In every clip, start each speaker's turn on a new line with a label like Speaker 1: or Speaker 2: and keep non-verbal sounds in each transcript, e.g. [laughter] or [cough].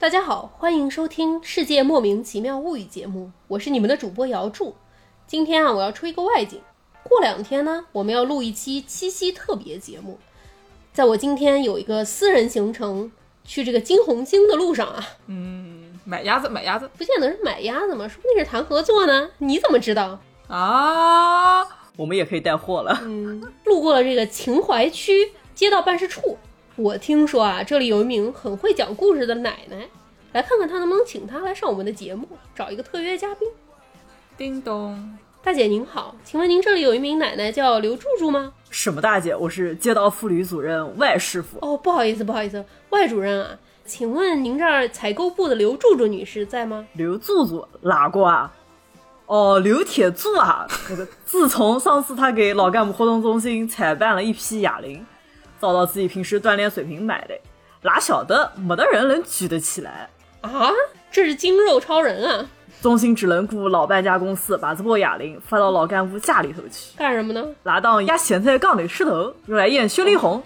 Speaker 1: 大家好，欢迎收听《世界莫名其妙物语》节目，我是你们的主播姚柱。今天啊，我要出一个外景。过两天呢，我们要录一期七夕特别节目。在我今天有一个私人行程，去这个金红星的路上啊，
Speaker 2: 买鸭子，买鸭子
Speaker 1: 不见得是买鸭子嘛，说不定是谈合作呢。你怎么知道？
Speaker 2: 啊！嗯
Speaker 3: 我们也可以带货了。
Speaker 1: 嗯路过了这个秦淮区街道办事处，我听说啊，这里有一名很会讲故事的奶奶，来看看她能不能请她来上我们的节目，找一个特约嘉宾。
Speaker 2: 叮咚，
Speaker 1: 大姐您好，请问您这里有一名奶奶叫刘柱柱吗？
Speaker 3: 什么大姐，我是街道妇女组任外师傅。
Speaker 1: 哦，不好意思，不好意思，外主任啊，请问您这儿采购部的刘柱柱女士在吗？
Speaker 3: 刘柱柱哪个啊？哦，刘铁柱啊，那个自从上次他给老干部活动中心采办了一批哑铃，照到自己平时锻炼水平买的，哪晓得没得人能举得起来。
Speaker 1: 啊，这是精肉超人啊，
Speaker 3: 中心只能雇老半家公司把这波哑铃发到老干部家里头去，
Speaker 1: 干什么呢？ [laughs]
Speaker 3: 拿当压咸菜杠的石头，用来验薛立红。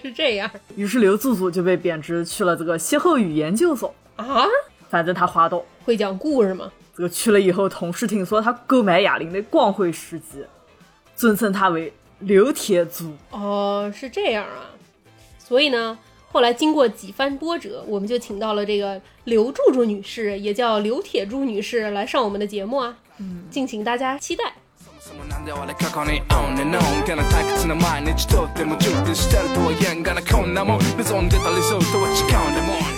Speaker 1: 是这样
Speaker 3: 于是刘柱柱就被贬职去了这个歇后语研究所，
Speaker 1: 啊，
Speaker 3: 反正他花到。
Speaker 1: 会讲故事吗？
Speaker 3: 这个去了以后，同事听说他购买哑铃的光辉事迹，尊称他为刘铁柱。
Speaker 1: 哦，是这样啊。所以呢，后来经过几番波折，我们就请到了这个刘柱柱女士，也叫刘铁柱女士，来上我们的节目啊。嗯，敬请大家期待。
Speaker 4: そもなんで俺過去に on and on てな退屈な毎日とっても充実してるとは言えんがなこんなもん望んでた理想とは違うんだもん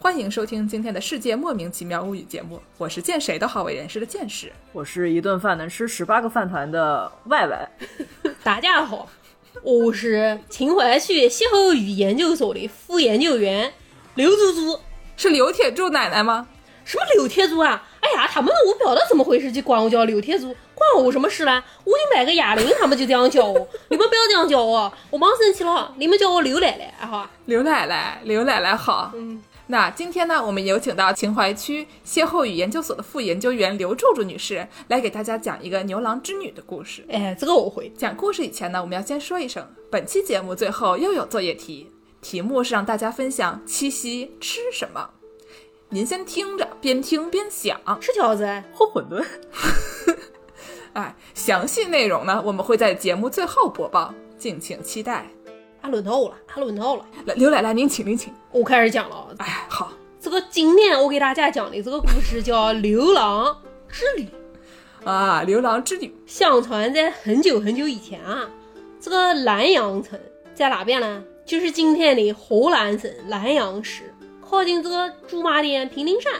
Speaker 2: 欢迎收听今天的《世界莫名其妙物语》节目，我是见谁都好为人师的见识。
Speaker 3: 我是一顿饭能吃十八个饭团的外外，
Speaker 1: 大家好，我是秦淮区歇后语研究所的副研究员刘足足。
Speaker 2: 是刘铁柱奶奶吗？
Speaker 1: 什么柳铁足啊？哎呀，他们都不晓得怎么回事，就管我叫柳铁足，关我什么事啦？我就买个哑铃，他们就这 [laughs] 样叫我。你们不要这样叫我，我忙生气了。你们叫我刘奶奶啊哈。
Speaker 2: 刘奶奶，刘奶奶好。嗯，那今天呢，我们有请到秦淮区歇后语研究所的副研究员刘柱柱女士来给大家讲一个牛郎织女的故事。
Speaker 1: 哎，这个我会。
Speaker 2: 讲故事以前呢，我们要先说一声，本期节目最后又有作业题，题目是让大家分享七夕吃什么。您先听着，边听边想。
Speaker 1: 吃饺子哎，
Speaker 3: 好混沌。
Speaker 2: 哎，详细内容呢，我们会在节目最后播报，敬请期待。
Speaker 1: 啊，轮到我了，啊，轮到我了，
Speaker 2: 来刘奶奶，您请，您请。
Speaker 1: 我开始讲了。
Speaker 2: 哎，好，
Speaker 1: 这个今天我给大家讲的这个故事叫《牛郎织女》。
Speaker 2: 啊，牛郎织女，
Speaker 1: 相传在很久很久以前啊，这个南阳城在哪边呢？就是今天的河南省南阳市，靠近这个驻马店平顶山。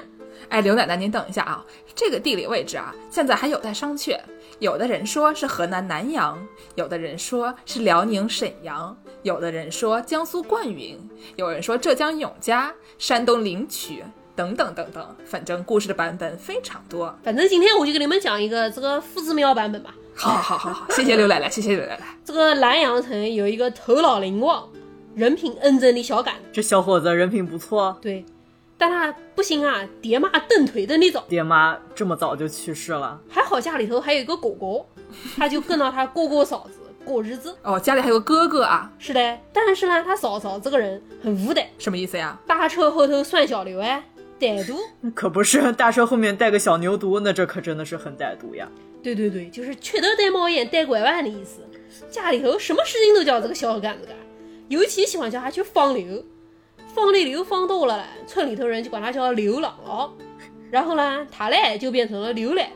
Speaker 2: 哎，刘奶奶，您等一下啊，这个地理位置啊，现在还有待商榷。有的人说是河南南阳，有的人说是辽宁沈阳，有的人说江苏灌云，有人说浙江永嘉、山东临朐，等等等等。反正故事的版本非常多。
Speaker 1: 反正今天我就给你们讲一个这个夫子庙版本吧。
Speaker 2: 好好好好，谢谢刘奶奶，谢谢刘奶奶。
Speaker 1: 这个南阳城有一个头脑灵光、人品恩正的小杆，
Speaker 3: [laughs] 这小伙子人品不错，
Speaker 1: 对，但他不行啊，爹妈蹬腿蹬的早，
Speaker 3: 爹妈这么早就去世了，
Speaker 1: 还好家里头还有一个狗狗，他就跟到他哥哥嫂子过日子。
Speaker 2: 哦，家里还有个哥哥啊，
Speaker 1: 是的，但是呢，他嫂嫂这个人很无的，
Speaker 2: 什么意思呀？
Speaker 1: 大车后头拴小牛哎，歹毒。
Speaker 3: 那可不是大车后面带个小牛犊，那这可真的是很歹毒 [laughs] 呀。
Speaker 1: 对对对，就是缺德带冒烟带拐弯的意思。家里头什么事情都叫这个小杆子干，尤其喜欢叫他去放牛，放的牛放多了嘞，村里头人就管他叫牛郎了。然后呢，他嘞就变成了牛奶奶。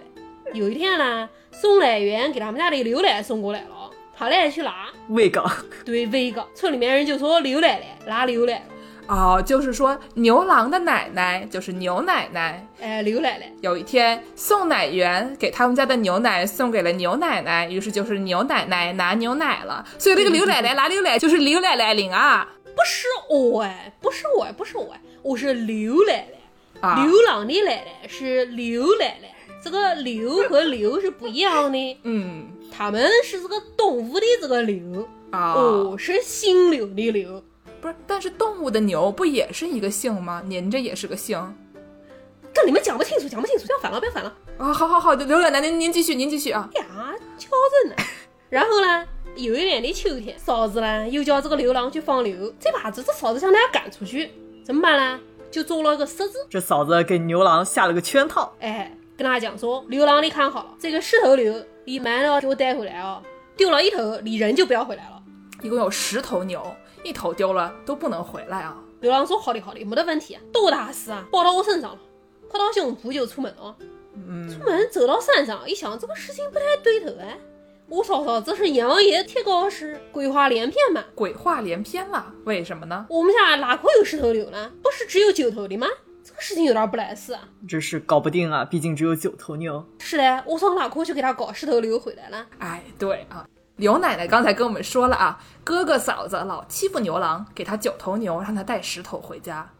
Speaker 1: 有一天呢，送奶员给他们家的牛奶送过来了，他嘞去拿，
Speaker 3: 魏岗，
Speaker 1: 对，喂一个。村里面人就说牛奶奶拿牛奶，
Speaker 2: 哦，就是说牛郎的奶奶就是牛奶奶。
Speaker 1: 哎，牛奶奶，
Speaker 2: 有一天，送奶员给他们家的牛奶送给了牛奶奶，于是就是牛奶奶拿牛奶了。所以这个刘奶奶拿牛奶就是刘奶奶领 [laughs] 啊
Speaker 1: 不是我哎，不是我哎，不是我哎，我是牛奶奶。
Speaker 2: 啊！
Speaker 1: 牛郎的奶奶是刘奶奶，这个刘和刘是不一样
Speaker 2: [laughs]
Speaker 1: 的，
Speaker 2: 嗯
Speaker 1: 他们是这个动物的这个刘，
Speaker 2: 啊，
Speaker 1: 我是姓刘的刘。
Speaker 2: 不是，但是动物的牛不也是一个姓吗？您这也是个姓啊、
Speaker 1: 这你们讲不清楚，讲不清楚，不要反了，不要反了。
Speaker 2: 哦好好好，刘奶奶您您继续您继续啊。
Speaker 1: 哎呀，矫正
Speaker 2: [laughs]
Speaker 1: 呢。然后呢，有一年的秋天，嫂子呢又叫这个刘郎去放牛，这把子这嫂子想把他赶出去，怎么办呢？就做了个设置，
Speaker 3: 这嫂子给牛郎下了个圈套，
Speaker 1: 哎，跟他讲说，牛郎你看好了，这个狮头牛你蛮要给我带回来哦，丢了一头，你人就不要回来了。
Speaker 2: 一共有十头牛，一头丢了都不能回来啊！
Speaker 1: 牛郎说好的好的，没得问题啊，多大事啊，报到我身上了。挎到胸脯就出门了。
Speaker 3: 嗯，
Speaker 1: 出门走到山上，一想这个事情不太对头哎，我操操，这是杨爷贴告示，鬼话连篇嘛。
Speaker 2: 鬼话连篇了，为什么呢？
Speaker 1: 我们家哪块有十头牛呢？不是只有九头的吗？这个事情有点不来事啊。
Speaker 3: 这是搞不定啊，毕竟只有九头牛。
Speaker 1: 是嘞，我从哪块去给他搞十头牛回来了？
Speaker 2: 哎，对啊，刘奶奶刚才跟我们说了啊，哥哥嫂子老欺负牛郎，给他九头牛，让他带十头回家。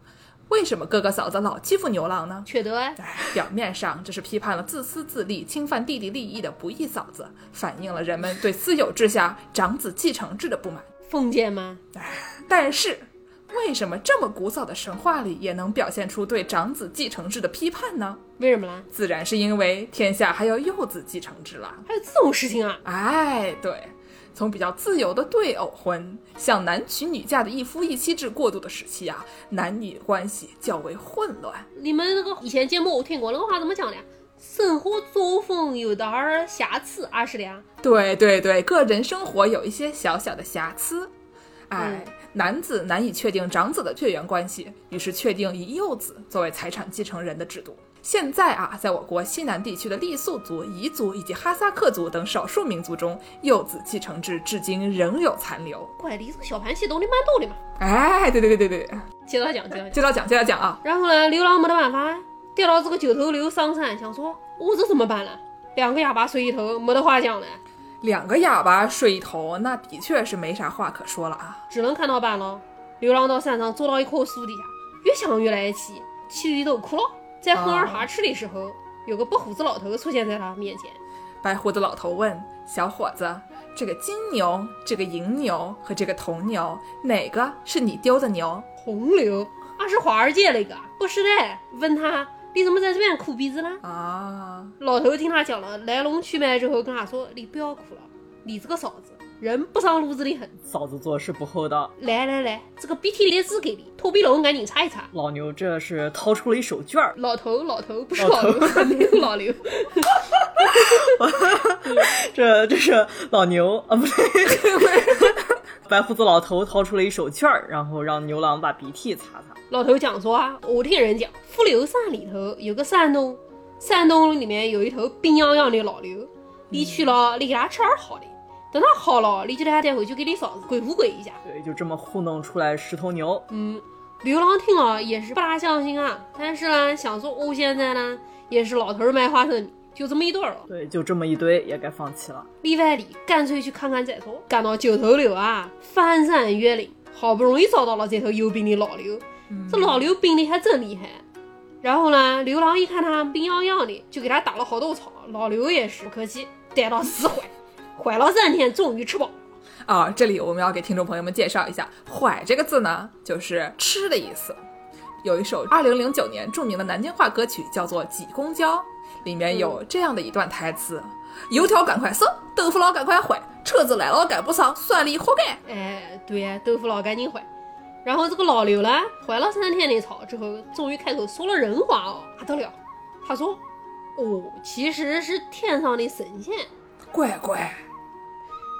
Speaker 2: 为什么哥哥嫂子老欺负牛郎呢？
Speaker 1: 缺德哎！
Speaker 2: 哎，表面上这是批判了自私自利、侵犯弟弟利益的不义嫂子，反映了人们对私有制下长子继承制的不满。
Speaker 1: 封建吗？
Speaker 2: 但是，为什么这么古早的神话里也能表现出对长子继承制的批判呢？
Speaker 1: 为什么啦？
Speaker 2: 自然是因为天下还有幼子继承制啦。
Speaker 1: 还有这种事情啊？
Speaker 2: 哎，对，从比较自由的对偶婚向男娶女嫁的一夫一妻制过渡的时期啊，男女关系较为混乱。
Speaker 1: 你们那个以前节目我听过，那个话怎么讲的呀？生活作风有点儿瑕疵，啊是的呀。
Speaker 2: 对对对，个人生活有一些小小的瑕疵。哎，男子难以确定长子的血缘关系，于是确定以幼子作为财产继承人的制度。现在啊，在我国西南地区的傈僳族、彝族以及哈萨克族等少数民族中，幼子继承制至今仍有残留。
Speaker 1: 怪的，这个小盘戏懂得蛮多的嘛。
Speaker 2: 哎，对对对对对，
Speaker 1: 接着讲，接着讲。
Speaker 2: 接着讲，接着讲啊。
Speaker 1: 然后呢，牛郎没得办法，掉到这个九头牛上山，想说我这怎么办呢？两个哑巴睡一头，没得话讲了，
Speaker 2: 两个哑巴睡一头，那的确是没啥话可说了啊。
Speaker 1: 只能看到办了。牛郎到山上坐到一棵树底下，越想越来气，气得都哭了。在哼儿哈吃的时候，有个白胡子老头出现在他面前。
Speaker 2: 白胡子老头问小伙子：“这个金牛、这个银牛和这个铜牛，哪个是你丢的牛
Speaker 1: 红牛，那是华尔街那个，不是的。问他你怎么在这边哭鼻子呢？
Speaker 2: 啊？”
Speaker 1: 老头听他讲了来龙去脉之后，跟他说：“你不要哭了，你这个嫂子人不上路子的很。
Speaker 3: 嫂子做事不厚道，
Speaker 1: 来来来，这个鼻涕列子给你，托鼻龙赶紧擦一擦。”
Speaker 3: 老牛这是掏出了一手绢儿，
Speaker 1: 老头，老头不是
Speaker 3: 老
Speaker 1: 老
Speaker 3: 头
Speaker 1: 刘， [laughs] 没有老刘，
Speaker 3: 这这是老牛啊，不对， [laughs] 白胡子老头掏出了一手绢儿，然后让牛郎把鼻涕擦擦。
Speaker 1: 老头讲说啊，我听人讲，富流山里头有个山洞，山洞里面有一头病殃殃的老牛，你去了，你给他吃点好的，等他好了，你就带他带回去给你嫂子鬼扶鬼一下。
Speaker 3: 对，就这么糊弄出来十头牛。
Speaker 1: 刘郎听了也是不大相信啊，但是呢，想说我现在呢也是老头卖花生米，就这么一对儿了。
Speaker 3: 对，就这么一堆，也该放弃了。
Speaker 1: 里外里干脆去看看再说。赶到九头牛啊，翻山越岭，好不容易找到了这头有病的老牛。这老牛病的还真厉害。啊然后呢，牛郎一看他病殃殃的，就给他打了好多草。老牛也是不客气，逮到死怀，怀了三天，终于吃饱。
Speaker 2: 啊，这里我们要给听众朋友们介绍一下“怀”这个字呢，就是吃的意思。有一首2009年著名的南京话歌曲叫做《挤公交》，里面有这样的一段台词：“油条赶快送，豆腐脑赶快坏，车子来了赶不上，算你活该。
Speaker 1: 哎，对呀、豆腐脑赶紧怀。然后这个老刘呢，怀了三天的草之后，终于开口说了人话哦，不得了。他说：“哦，其实是天上的神仙。”
Speaker 2: 乖乖，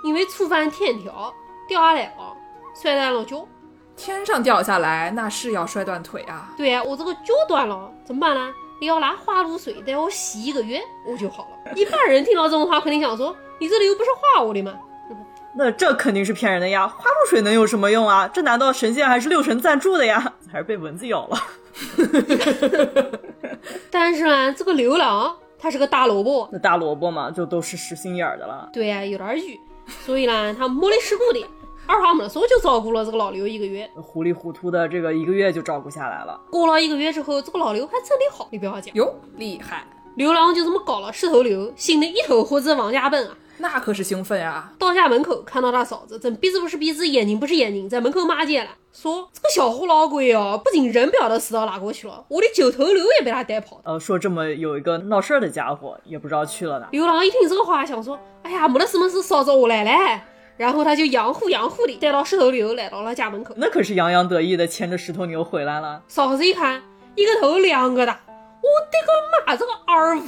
Speaker 1: 因为触犯天条掉下来了，摔断了脚。
Speaker 2: 天上掉下来那是要摔断腿啊！
Speaker 1: 对呀、我这个脚断了，怎么办呢？你要拿花露水带我洗一个月，我就好了。一般人听到这种话，肯定想说：你这里又不是画我的嘛。
Speaker 3: 那这肯定是骗人的呀！花露水能有什么用啊？这难道神仙还是六神赞助的呀？ [laughs] 还是被蚊子咬了？ [laughs]
Speaker 1: 但是呢，这个牛郎他是个大萝卜，
Speaker 3: 那大萝卜嘛，就都是实心眼儿的了。
Speaker 1: 对呀、有点愚，所以呢，他没来世故的，二话没说就照顾了这个老刘一个月。
Speaker 3: 糊里糊涂的，这个一个月就照顾下来了。
Speaker 1: 过了一个月之后，这个老刘还真的好，你不要讲，
Speaker 2: 哟，厉害，
Speaker 1: 牛郎就这么搞了狮头牛，心里一头火子往家奔啊。
Speaker 2: 那可是兴奋啊！
Speaker 1: 到家门口看到他嫂子，正鼻子不是鼻子，眼睛不是眼睛，在门口骂街了，说这个小胡老鬼哦，不仅人不晓得死到哪过去了，我的九头牛也被他带跑了。
Speaker 3: 呃，说这么有一个闹事儿的家伙，也不知道去了哪。
Speaker 1: 牛郎一听这个话，想说，哎呀，没得什么事，嫂子我来嘞。然后他就洋乎洋乎的带到石头牛来到了家门口，
Speaker 3: 那可是洋洋得意的牵着石头牛回来了。
Speaker 1: 嫂子一看，一个头两个大，我的个妈，这个二五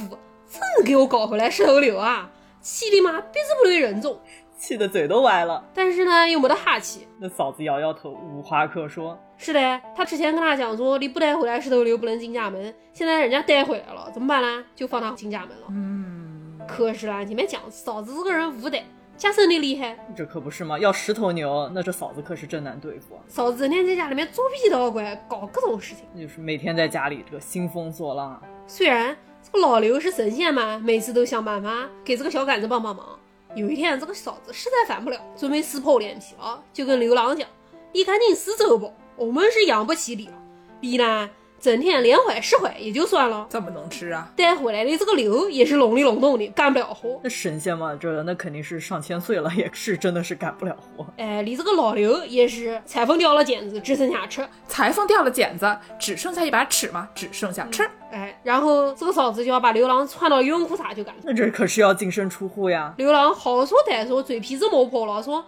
Speaker 1: 真给我搞回来石头牛啊！气的妈鼻子不对人中，
Speaker 3: 气得嘴都歪了。
Speaker 1: 但是呢又没得哈气。
Speaker 3: 那嫂子摇摇头，无话可说。
Speaker 1: 是的，他之前跟他讲说，你不带回来石头牛不能进家门，现在人家带回来了，怎么办呢？就放他进家门了。
Speaker 2: 嗯，
Speaker 1: 可是啦，前面讲嫂子这个人无胆，加深的厉害。
Speaker 3: 这可不是嘛，要石头牛，那这嫂子可是真难对付啊。
Speaker 1: 嫂子整天在家里面作逼捣鬼，搞各种事情。
Speaker 3: 就是每天在家里这个兴风作浪啊。
Speaker 1: 虽然这个老刘是神仙嘛，每次都想办法给这个小杆子帮帮忙。有一天，这个嫂子实在烦不了，准备撕破脸皮了，就跟刘郎讲：“你赶紧撕走吧，我们是养不起你了。你呢，整天连坏是坏也就算了，
Speaker 2: 这么能吃啊？
Speaker 1: 带回来的这个刘也是聋里聋动的，干不了活。
Speaker 3: 那神仙嘛，这那肯定是上千岁了，也是真的是干不了活。
Speaker 1: 哎，你这个老刘也是裁缝掉了剪子，只剩下吃。
Speaker 2: 裁缝掉了剪子，只剩下一把尺嘛，只剩下吃。
Speaker 1: 哎，然后这个嫂子就要把刘郎穿到优衣库啥就干。”
Speaker 3: 那这可是要净身出户呀。
Speaker 1: 刘郎好说歹说，嘴皮子磨破了，说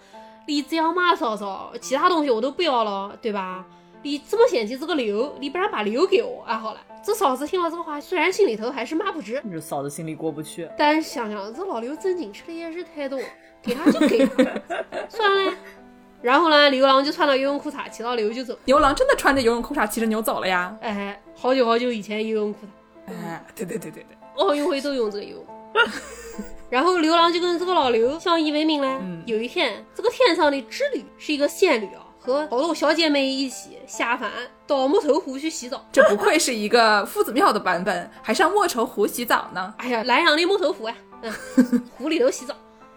Speaker 1: 你这样嘛，嫂嫂，其他东西我都不要了，对吧？你这么嫌弃这个刘，你不然把刘给我啊？好了，这嫂子听了这个话，虽然心里头还是骂不值，
Speaker 3: 这嫂子心里过不去，
Speaker 1: 但是想想这老刘正经吃的也是太多，给他就给他，算了。然后呢，刘郎就穿到游泳裤衩，骑到刘就走。
Speaker 2: 牛郎真的穿着游泳裤衩骑着牛走了呀？
Speaker 1: 哎，好久好久以前游泳裤衩，
Speaker 2: 哎，对对对对对，
Speaker 1: 奥运会都用这个油。 [laughs] 然后刘郎就跟这个老刘相依为命嘞。
Speaker 2: 嗯
Speaker 1: 有一天，这个天上的织女是一个仙女啊，和好多小姐妹一起下凡到莫愁湖去洗澡。
Speaker 2: 这不愧是一个夫子庙的版本，还上莫愁湖洗澡呢。
Speaker 1: 哎呀，南阳的莫愁湖呀、嗯，湖里头洗澡。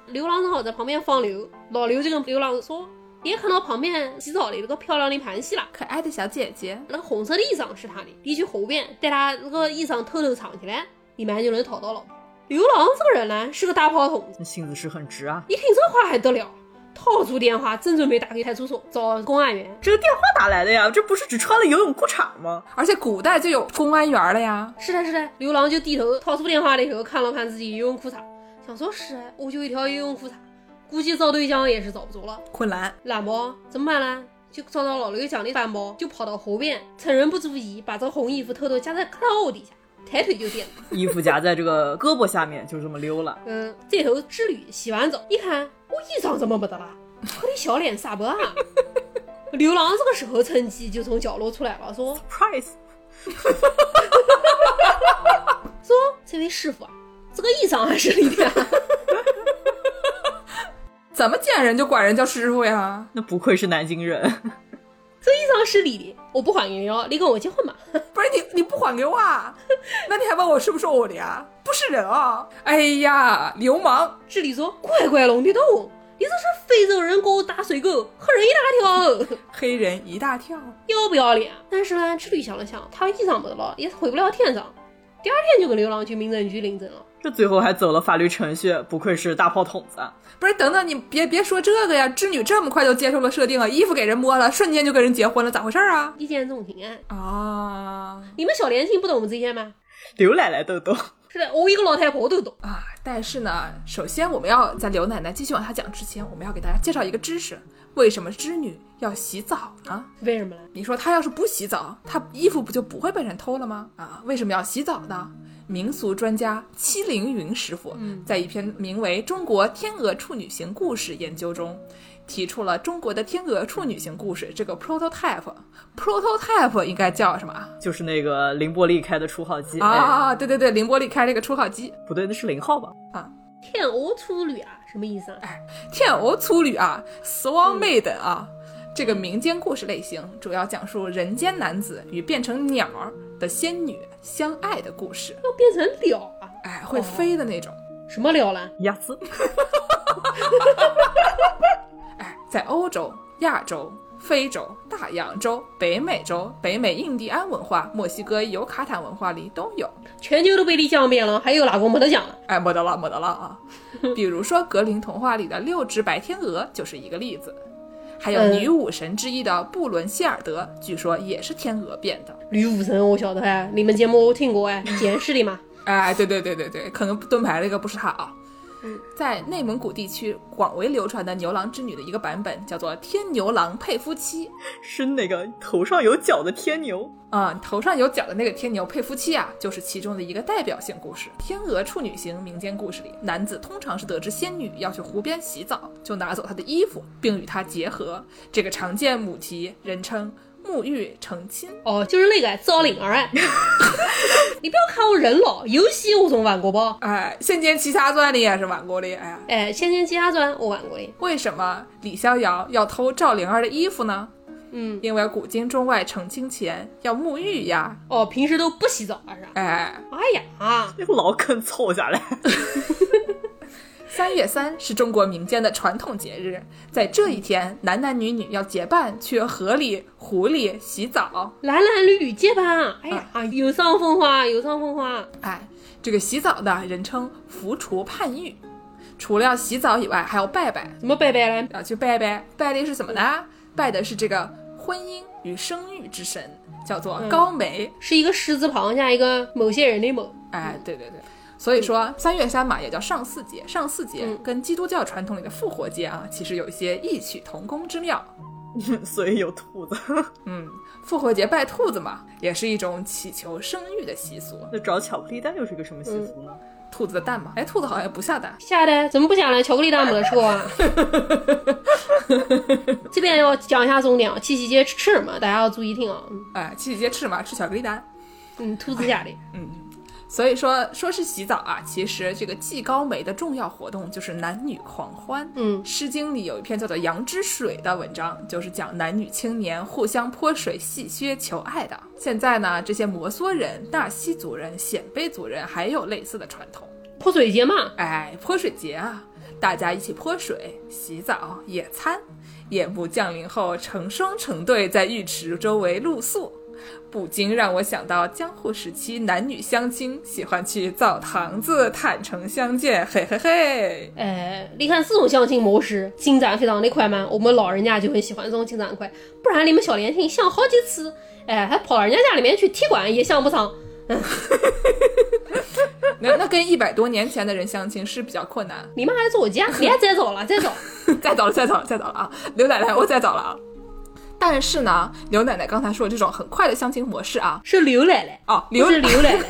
Speaker 1: 刘郎正好在旁边放流，老刘就跟刘郎说：“别看到旁边洗澡的那个漂亮的盘溪啦，
Speaker 2: 可爱的小姐姐，
Speaker 1: 那个红色的衣裳是他的，你去后边带他那个衣裳偷偷藏起来，你们就能讨到老婆。”刘郎这个人呢是个大炮筒子。
Speaker 3: 那性子是很直啊。
Speaker 1: 一听这话还得了，掏出电话，正准备打给派出所找公安员。
Speaker 3: 这个电话打来的呀，这不是只穿了游泳裤衩吗？
Speaker 2: 而且古代就有公安员了呀。
Speaker 1: 是的，是的，刘郎就低头掏出电话的时候，看了看自己游泳裤衩，想说是哎，我就一条游泳裤衩，估计找对象也是找不着了，
Speaker 2: 昆兰，
Speaker 1: 懒不？怎么办呢？就照着老刘讲的办不，就跑到河边，趁人不注意，把这红衣服偷偷夹在裤衩底下，抬腿就垫了。
Speaker 3: 衣服夹在这个胳膊下面，就这么溜了。
Speaker 1: 嗯，这头织女洗完澡一看，我衣裳怎么没得啦？我的小脸啥不啊？ [laughs] 刘郎这个时候趁机就从角落出来了，说：“
Speaker 3: Price，
Speaker 1: 说这位师傅啊，这个衣裳还是你的啊、
Speaker 2: 怎么见人就管人叫师傅呀？
Speaker 3: 那不愧是南京人。
Speaker 1: 这衣裳是你的，我不还给你哦，你跟我结婚吧。
Speaker 2: 不是你，你不还给我 [laughs] 啊？那你还问我是不是我的呀？不是人啊！哎呀，流氓！
Speaker 1: 这里说乖乖龙的洞，你这是非洲人给我打水狗，吓人一大跳哦，
Speaker 2: 黑人一大跳，
Speaker 1: 要不要脸？但是呢，这里想了想，他衣裳没得了，也回不了天上。第二天就跟流浪去民政局领证了。
Speaker 3: 这最后还走了法律程序，不愧是大炮筒子啊！
Speaker 2: 不是等等你别别说这个呀！织女这么快就接受了设定啊，衣服给人摸了，瞬间就跟人结婚了，咋回事儿啊？
Speaker 1: 一见钟情啊！
Speaker 2: 啊
Speaker 1: 你们小年轻不懂这些吗？
Speaker 3: 刘奶奶豆豆， [laughs]
Speaker 1: 是的，我一个老太婆都懂。
Speaker 2: 啊！但是呢，首先我们要在刘奶奶继续往下讲之前，我们要给大家介绍一个知识：为什么织女要洗澡啊呢？
Speaker 1: 为什么呢？
Speaker 2: 你说她要是不洗澡，她衣服不就不会被人偷了吗？啊，为什么要洗澡呢？民俗专家戚凌云师傅在一篇名为《中国天鹅处女型故事》研究中，提出了中国的天鹅处女型故事这个 prototype。prototype 应该叫什么啊？
Speaker 3: 就是那个凌波丽开的初号机哎，
Speaker 2: 啊，对对对，凌波丽开了一个初号机。啊
Speaker 3: 不对，那是零号吧？
Speaker 1: 天鹅处女啊，什么意思啊？
Speaker 2: 天鹅粗女啊，Swan Maiden 啊，这个民间故事类型主要讲述人间男子与变成鸟儿的仙女相爱的故事，
Speaker 1: 要变成鸟啊？
Speaker 2: 哎，会飞的那种。
Speaker 1: 什么鸟呢？
Speaker 3: 鸭子，
Speaker 2: 哎，在欧洲、亚洲、非洲、大洋洲、北美洲、北美印第安文化、墨西哥尤卡坦文化里都有。
Speaker 1: 全球都被你讲遍了，还有哪个没得讲了？
Speaker 2: 哎，没得了，没得了啊！比如说格林童话里的六只白天鹅就是一个例子，还有
Speaker 1: 嗯
Speaker 2: 女武神之一的布伦希尔德，据说也是天鹅变的。
Speaker 1: 吕武神，我晓得哎，你们节目我听过哎，简史里嘛。
Speaker 2: 哎，对对对对对，可能盾牌那个不是他啊。在内蒙古地区广为流传的牛郎织女的一个版本，叫做天牛郎配夫妻。
Speaker 3: [laughs] 是那个头上有角的天牛。
Speaker 2: 啊、头上有角的那个天牛配夫妻啊，就是其中的一个代表性故事。《天鹅处女行》民间故事里，男子通常是得知仙女要去湖边洗澡，就拿走她的衣服，并与她结合。这个常见母题，人称沐浴成亲。
Speaker 1: 哦，就是那个招领儿哎， [laughs] 你不要看我人老，游戏我总玩过不？
Speaker 2: 哎，《仙剑奇侠传》里也是玩过的，哎呀。
Speaker 1: 哎，《仙剑奇侠传》我玩过嘞，
Speaker 2: 为什么李逍遥要偷赵灵儿的衣服呢？
Speaker 1: 嗯，
Speaker 2: 因为古今中外成亲前要沐浴呀。
Speaker 1: 哦，平时都不洗澡啊是吧？
Speaker 2: 哎，
Speaker 1: 哎呀，
Speaker 3: 那个老梗凑下来， [laughs]
Speaker 2: 三月三是中国民间的传统节日，在这一天，男男女女要结伴去河里、湖里洗澡。
Speaker 1: 男男女女结伴，哎呀，有伤风化，有伤风化。
Speaker 2: 哎，这个洗澡的人称浮除盼浴。除了要洗澡以外，还要拜拜，
Speaker 1: 怎么拜拜呢？
Speaker 2: 要去拜拜。拜的是什么呢？拜的是这个婚姻与生育之神，叫做高梅。
Speaker 1: 是一个狮字旁加一个某些人的某。
Speaker 2: 哎，对对对，所以说三月三嘛也叫上巳节，上巳节跟基督教传统里的复活节啊，其实有一些异曲同工之妙。
Speaker 3: 所以有兔子。 [laughs]
Speaker 2: 嗯，复活节拜兔子嘛，也是一种祈求生育的习俗。
Speaker 3: 那找巧克力蛋又是个什么习俗呢？
Speaker 2: 兔子的蛋嘛，哎，兔子好像也不下蛋。
Speaker 1: 下的怎么不讲呢？巧克力蛋没吃过啊。这边要讲一下重点啊，七夕节吃什么？大家要注意听啊。嗯
Speaker 2: 哎，七夕节吃什么？吃巧克力蛋。
Speaker 1: 嗯，兔子家的，
Speaker 2: 所以说说是洗澡啊，其实这个祭高梅的重要活动就是男女狂欢。
Speaker 1: 嗯
Speaker 2: 《诗经》里有一篇叫做《杨之水》的文章，就是讲男女青年互相泼水戏谑求爱的。现在呢，这些摩梭人、纳西族人、鲜卑族人还有类似的传统。
Speaker 1: 泼水节嘛，
Speaker 2: 哎，泼水节啊，大家一起泼水、洗澡、野餐。夜幕降临后，成双成对在浴池周围露宿，不禁让我想到江户时期男女相亲喜欢去澡堂子坦诚相见，嘿嘿嘿。
Speaker 1: 哎，你看这种相亲模式进展非常的快嘛，我们老人家就很喜欢这种进展快，不然你们小年轻相好几次，哎，还跑人家家里面去踢馆也相不上。
Speaker 2: 那那跟一百多年前的人相亲是比较困难。 [laughs]
Speaker 1: 你妈还做我家，你还再找了，再找。
Speaker 2: 再早了，再早了，再早了啊！刘奶奶，我再早了啊！但是呢，刘奶奶刚才说的这种很快的相亲模式啊，
Speaker 1: 是刘奶奶，
Speaker 2: 哦，
Speaker 1: 不
Speaker 2: 刘
Speaker 1: 是刘奶奶，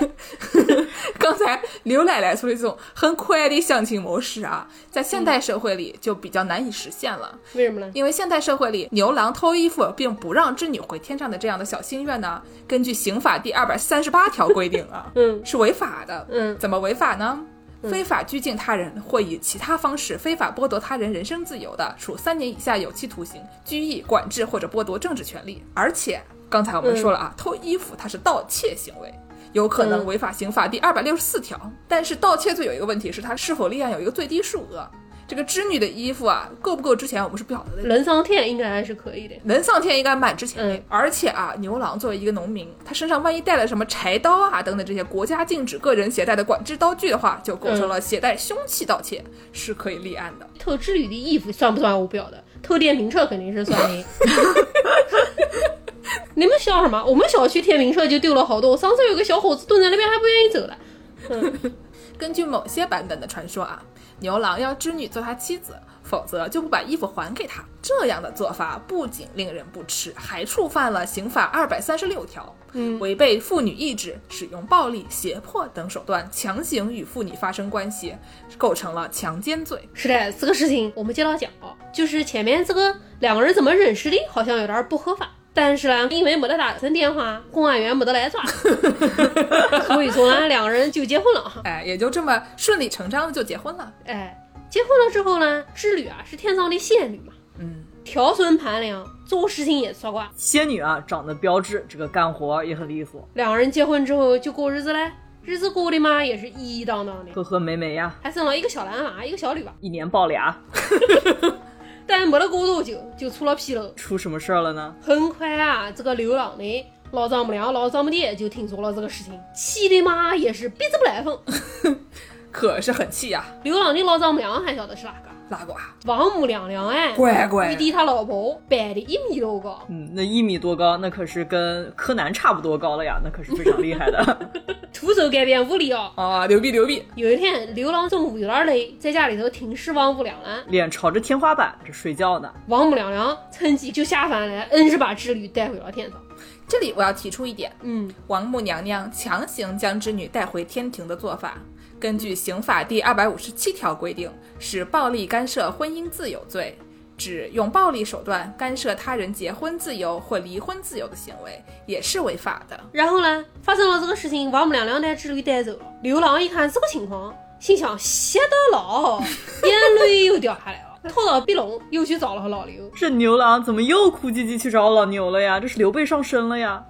Speaker 2: [laughs] 刚才刘奶奶说的这种很快的相亲模式啊，在现代社会里就比较难以实现了。
Speaker 1: 为什么呢？
Speaker 2: 因为现代社会里，牛郎偷衣服并不让织女回天上的这样的小心愿呢，根据刑法第二百三十八条规定 [laughs] 啊，
Speaker 1: 嗯
Speaker 2: 是违法的。
Speaker 1: 嗯
Speaker 2: 怎么违法呢？嗯非法拘禁他人或以其他方式非法剥夺他人人身自由的，处三年以下有期徒刑、拘役、管制或者剥夺政治权利。而且刚才我们说了啊，偷衣服它是盗窃行为。有可能
Speaker 1: 嗯
Speaker 2: 违法刑法第二百六十四条，但是盗窃罪有一个问题是它是否立案有一个最低数额。这个织女的衣服啊，够不够之前我们是不晓得的，
Speaker 1: 人上天应该还是可以的。
Speaker 2: 能上天应该蛮值钱的。
Speaker 1: 嗯
Speaker 2: 而且啊，牛郎作为一个农民，他身上万一带了什么柴刀啊等等这些国家禁止个人携带的管制刀具的话，就构成了携带凶器盗窃，是可以立案的。
Speaker 1: 偷织女的衣服算不算？我不晓得。偷电瓶车肯定是算的。你们笑什么？我们小区电瓶车就丢了好多。上次有个小伙子蹲在那边还不愿意走了。
Speaker 2: 根据某些版本的传说啊，牛郎要织女做他妻子，否则就不把衣服还给他。这样的做法不仅令人不齿，还触犯了刑法二百三十六条，嗯，违背妇女意志，使用暴力、胁迫等手段强行与妇女发生关系，构成了强奸罪。
Speaker 1: 是的，这个事情我们接着讲啊，就是前面这个两个人怎么认识的，好像有点不合法。但是呢，因为没得打成电话，公安员没得来抓，所以说呢，两个人就结婚了哈。
Speaker 2: 哎，也就这么顺理成章的就结婚了。
Speaker 1: 哎，结婚了之后呢，织女啊是天上的仙女嘛，
Speaker 2: 嗯，
Speaker 1: 调顺盘梁，做事情也算卦。
Speaker 3: 仙女啊，长得标致，这个干活儿也很利索，
Speaker 1: 两个人结婚之后就过日子嘞，日子过得嘛也是一一当当的，
Speaker 3: 呵呵美美呀，
Speaker 1: 还生了一个小男娃，一个小女娃，
Speaker 3: 一年抱俩，
Speaker 1: 但没了过多久就出了纰漏。
Speaker 3: 出什么事儿了呢？
Speaker 1: 很快啊，这个刘老呢，老丈母娘、老丈母爹就听说了这个事情，气的嘛 [laughs] 也是鼻子不来风。
Speaker 2: 可是很气呀、啊
Speaker 1: 刘老的老丈母娘还晓得是哪个，
Speaker 2: 拉呱，
Speaker 1: 王母娘娘哎，
Speaker 2: 乖啊乖
Speaker 1: 玉，帝他老婆摆的一米多高，
Speaker 3: 嗯，那一米多高，那可是跟柯南差不多高了呀，那可是非常厉害的。 [laughs]
Speaker 1: 徒手改变无理哦。
Speaker 2: 啊，牛逼牛逼，
Speaker 1: 有一天，刘郎中午有点累，在家里头挺视王母娘娘。
Speaker 3: 脸朝着天花板，这睡觉呢。
Speaker 1: 王母娘娘趁机就下凡来，硬是把织女带回了天堂。
Speaker 2: 这里我要提出一点，
Speaker 1: 嗯，
Speaker 2: 王母娘娘强行将织女带回天庭的做法，根据刑法第二百五十七条规定，是暴力干涉婚姻自由罪，指用暴力手段干涉他人结婚自由或离婚自由的行为，也是违法的。
Speaker 1: 然后呢，发生了这个事情，王母娘娘带织女带走了。刘郎一看这个情况，心想：邪得老，眼泪又掉下来了，头到鼻龙，又去找了老刘。
Speaker 3: 这牛郎怎么又哭唧唧去找老牛了呀？这是刘备上身了呀！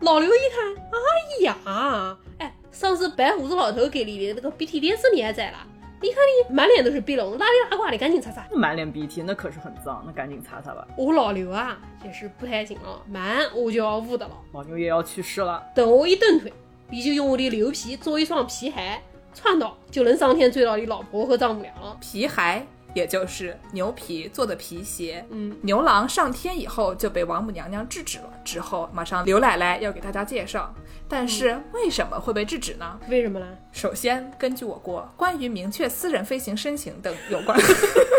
Speaker 1: 老刘一看，哎呀，哎，上次白胡子老头给你的那个鼻涕贴子你还在啦？你看你满脸都是鼻龙，邋里邋遢的，赶紧擦擦。
Speaker 3: 满脸鼻涕，那可是很脏，那赶紧擦擦吧。
Speaker 1: 我老刘啊，也是不太行了，蛮我就要捂的了。
Speaker 3: 老牛也要去世了，
Speaker 1: 等我一蹬腿，你就用我的牛皮做一双皮鞋，穿到就能上天追到你老婆和丈母娘了。
Speaker 2: 皮孩，也就是牛皮做的皮鞋。
Speaker 1: 嗯，
Speaker 2: 牛郎上天以后就被王母娘娘制止了，之后马上刘奶奶要给大家介绍，但是为什么会被制止呢？
Speaker 1: 为什么呢？
Speaker 2: 首先，根据我国关于明确私人飞行申请等有关，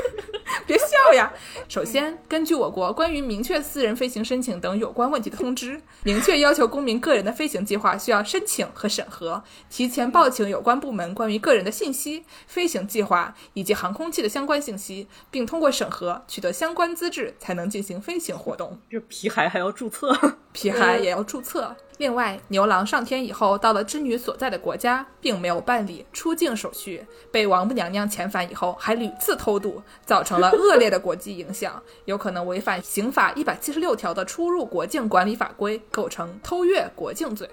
Speaker 2: [laughs] 别笑呀。首先，根据我国 [laughs] 关于明确私人飞行申请等有关问题的通知，明确要求公民个人的飞行计划需要申请和审核，提前报请有关部门关于个人的信息、飞行计划以及航空器的相关信息，并通过审核取得相关资质，才能进行飞行活动。
Speaker 3: 这皮孩还要注册，
Speaker 2: 皮孩也要注册。另外，牛郎上天以后到了织女所在的国家，并没有办理出境手续，被王母娘娘遣返以后，还屡次偷渡，造成了恶劣的国际影响， [laughs] 有可能违反刑法一百七十六条的出入国境管理法规，构成偷越国境罪。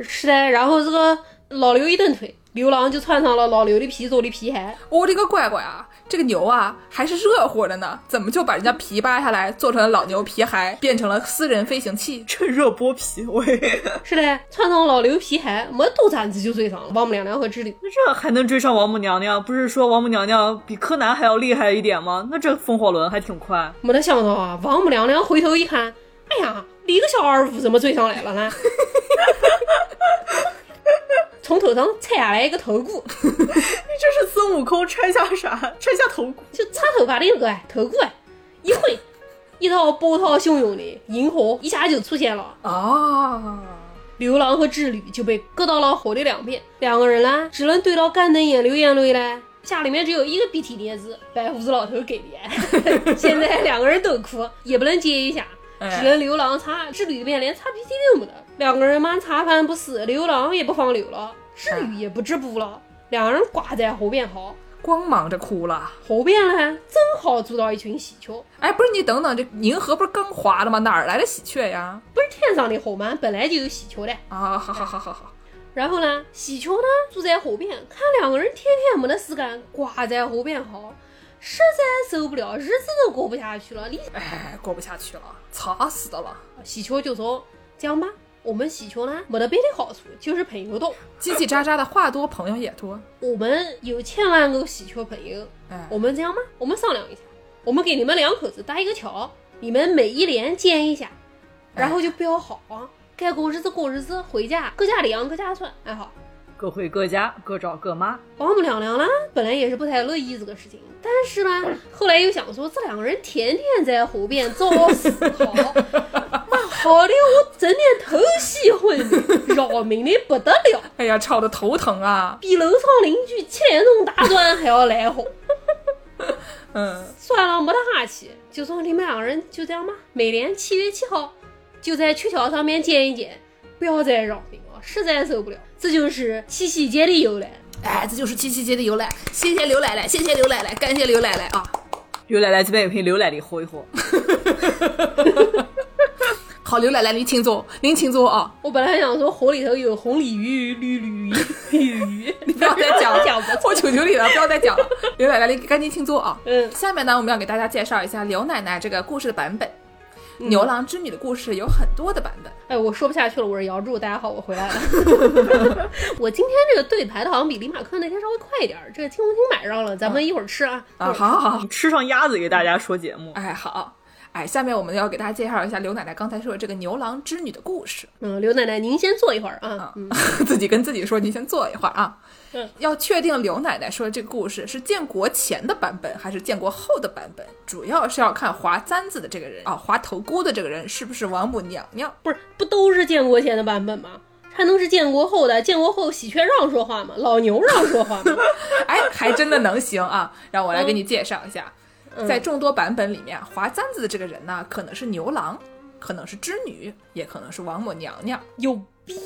Speaker 1: 是的，然后这个老刘一蹬腿，刘郎就穿上了老刘的皮做的皮鞋。
Speaker 2: 我、的个乖乖啊！这个牛啊还是热乎的呢，怎么就把人家皮扒下来，做成了老牛皮孩，变成了私人飞行器？
Speaker 3: 趁热剥皮。喂， [laughs]
Speaker 1: 是的，穿上老刘皮鞋，没多站子就追上了王母娘娘和织女。
Speaker 3: 那这还能追上王母娘娘？不是说王母娘娘比柯南还要厉害一点吗？那这风火轮还挺快。 [laughs]
Speaker 1: 没得想到啊，王母娘娘回头一看，哎呀，你个小二五怎么追上来了呢？ [laughs] 从头上拆下来一个头骨，
Speaker 3: 这是孙悟空拆下啥？拆下头骨。
Speaker 1: 就插头发的那个哎，头骨哎，一挥，一道波涛汹涌的银河一下就出现了，
Speaker 2: 哦，
Speaker 1: 刘郎和织女就被搁到了河的两边，两个人呢只能对到干瞪眼流眼泪嘞。家里面只有一个鼻涕碟子，白胡子老头给的。 [laughs] 现在两个人都哭，也不能接一下，只能刘郎擦，织女这边连擦鼻涕都没得。两个人嘛茶饭不思，刘郎也不放流了，织女也不织布了，两人挂在河边嚎。
Speaker 2: 光忙着哭了。
Speaker 1: 后边呢，正好住到一群喜鹊。
Speaker 2: 哎，不是你等等，这银河不是刚划了吗？哪儿来的喜鹊呀？
Speaker 1: 不是天上的后门本来就有喜鹊的。
Speaker 2: 啊，好好好好好，
Speaker 1: 然后呢，喜鹊呢住在河边，看两个人天天没得事干，挂在河边嚎，实在受不了，日子都过不下去了。你
Speaker 2: 哎，过不下去了，吵死的了。
Speaker 1: 喜鹊就说：“这样吧，我们喜鹊呢没得别的好处，就是朋友多。
Speaker 2: 叽叽喳喳的话多，朋友也多。
Speaker 1: 我们有千万个喜鹊朋友，
Speaker 2: 哎，
Speaker 1: 我们这样吧，我们商量一下，我们给你们两口子搭一个桥，你们每一年见一下，然后就标好啊，该过日子过日子，回家各家里养各家赚，哎好。”
Speaker 3: 各回各家，各找各妈。
Speaker 1: 王母娘娘呢，本来也是不太乐意这个事情，但是呢，后来又想说，这两个人天天在湖边造死好，那好的我整天头稀昏，扰民的不得了，
Speaker 2: 哎呀，吵得头疼啊。
Speaker 1: 比楼上邻居七点钟打砖还要来火。
Speaker 2: 嗯，
Speaker 1: 算了，没得哈气，就说你们两个人就这样吧，每年七月七号就在鹊桥上面见一见，不要再扰民了，实在受不了。这就是七夕节的由来。
Speaker 2: 哎，这就是七夕节的由来。谢谢刘奶奶，谢谢刘奶奶，感谢刘奶奶啊。
Speaker 3: 刘奶奶这边有瓶牛奶，你喝一 [laughs] 喝。
Speaker 2: 好，刘奶奶您请坐，您请坐啊。
Speaker 1: 我本来还想说火里头有红鲤鱼、绿鲤鱼、鲤鱼，
Speaker 2: [laughs] 你不要再讲了，
Speaker 1: 讲不
Speaker 2: 我求求你了，不要再讲 [laughs] 了。刘奶奶，您赶紧请坐啊。
Speaker 1: 嗯
Speaker 2: 下面呢，我们要给大家介绍一下刘奶奶这个故事的版本。牛郎织女》的故事有很多的版本。
Speaker 1: 哎，我说不下去了，我是姚柱，大家好，我回来了。
Speaker 2: [laughs]
Speaker 1: 我今天这个对牌的好像比李马克那天稍微快一点儿，这个青红青买上了，咱们一会儿吃啊。
Speaker 2: 啊，好好好，
Speaker 3: 吃上鸭子给大家说节目。
Speaker 2: 哎，好，哎，下面我们要给大家介绍一下刘奶奶刚才说的这个牛郎织女的故事。 [laughs]
Speaker 1: 嗯，刘奶奶您先坐一会儿啊。嗯，
Speaker 2: 自己跟自己说，你先坐一会儿啊。
Speaker 1: 嗯
Speaker 2: 要确定刘奶奶说的这个故事是建国前的版本还是建国后的版本，主要是要看划簪子的这个人啊，划头箍的这个人是不是王母娘娘。
Speaker 1: 不是，不都是建国前的版本吗？还能是建国后的？建国后喜鹊让说话吗？老牛让说话吗？ [laughs]
Speaker 2: 哎，还真的能行啊！让我来给你介绍一下，在众多版本里面，划簪子的这个人呢，可能是牛郎，可能是织女，也可能是王母娘娘。
Speaker 1: 有病